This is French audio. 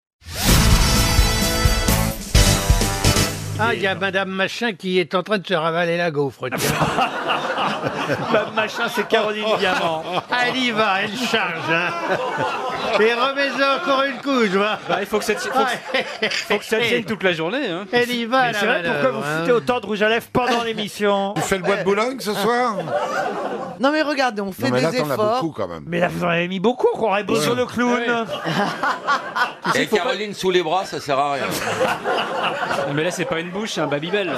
là, Ah, il y a Madame Machin qui est en train de se ravaler la gaufre. Madame Machin, c'est Caroline Diamant. Elle y va, elle charge. hein. Et remets-en encore une couche, va. Bah, il faut que ça, faut que- faut que ça tienne toute la journée. hein. Elle y va, Mais la c'est vrai, malheur, pourquoi vous foutez hein. autant de rouge à lèvres pendant l'émission Tu fais le bois de Boulogne ce soir Non mais regardez, on fait Non mais là des t'en as efforts. beaucoup quand même. Mais là, vous en avez mis beaucoup, qu'on beau sur le clown. Et Caroline sous les bras, ça sert à rien. Mais là, c'est pas une bouche, c'est un Babybel.